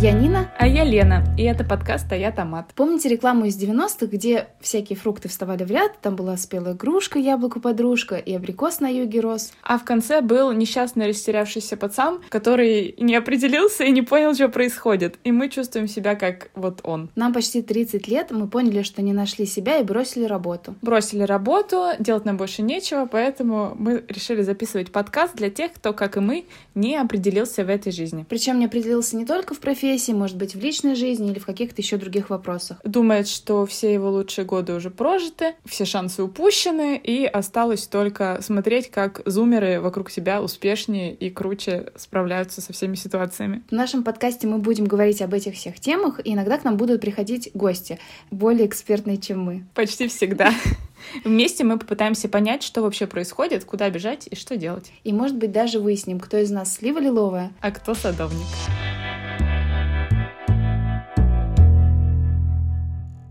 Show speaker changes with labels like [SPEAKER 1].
[SPEAKER 1] я Нина.
[SPEAKER 2] А я Лена, и это подкаст «А я томат».
[SPEAKER 1] Помните рекламу из 90-х, где всякие фрукты вставали в ряд? Там была спелая грушка, яблоко-подружка и абрикос на юге рос.
[SPEAKER 2] А в конце был несчастный растерявшийся пацан, который не определился и не понял, что происходит. И мы чувствуем себя как вот он.
[SPEAKER 1] Нам почти 30 лет, мы поняли, что не нашли себя и бросили работу.
[SPEAKER 2] Бросили работу, делать нам больше нечего, поэтому мы решили записывать подкаст для тех, кто, как и мы, не определился в этой жизни.
[SPEAKER 1] Причем не определился не только в профессии, может быть, в личной жизни или в каких-то еще других вопросах.
[SPEAKER 2] Думает, что все его лучшие годы уже прожиты, все шансы упущены, и осталось только смотреть, как зумеры вокруг себя успешнее и круче справляются со всеми ситуациями.
[SPEAKER 1] В нашем подкасте мы будем говорить об этих всех темах, и иногда к нам будут приходить гости, более экспертные, чем мы.
[SPEAKER 2] Почти всегда. Вместе мы попытаемся понять, что вообще происходит, куда бежать и что делать.
[SPEAKER 1] И, может быть, даже выясним, кто из нас слива лиловая,
[SPEAKER 2] А кто садовник?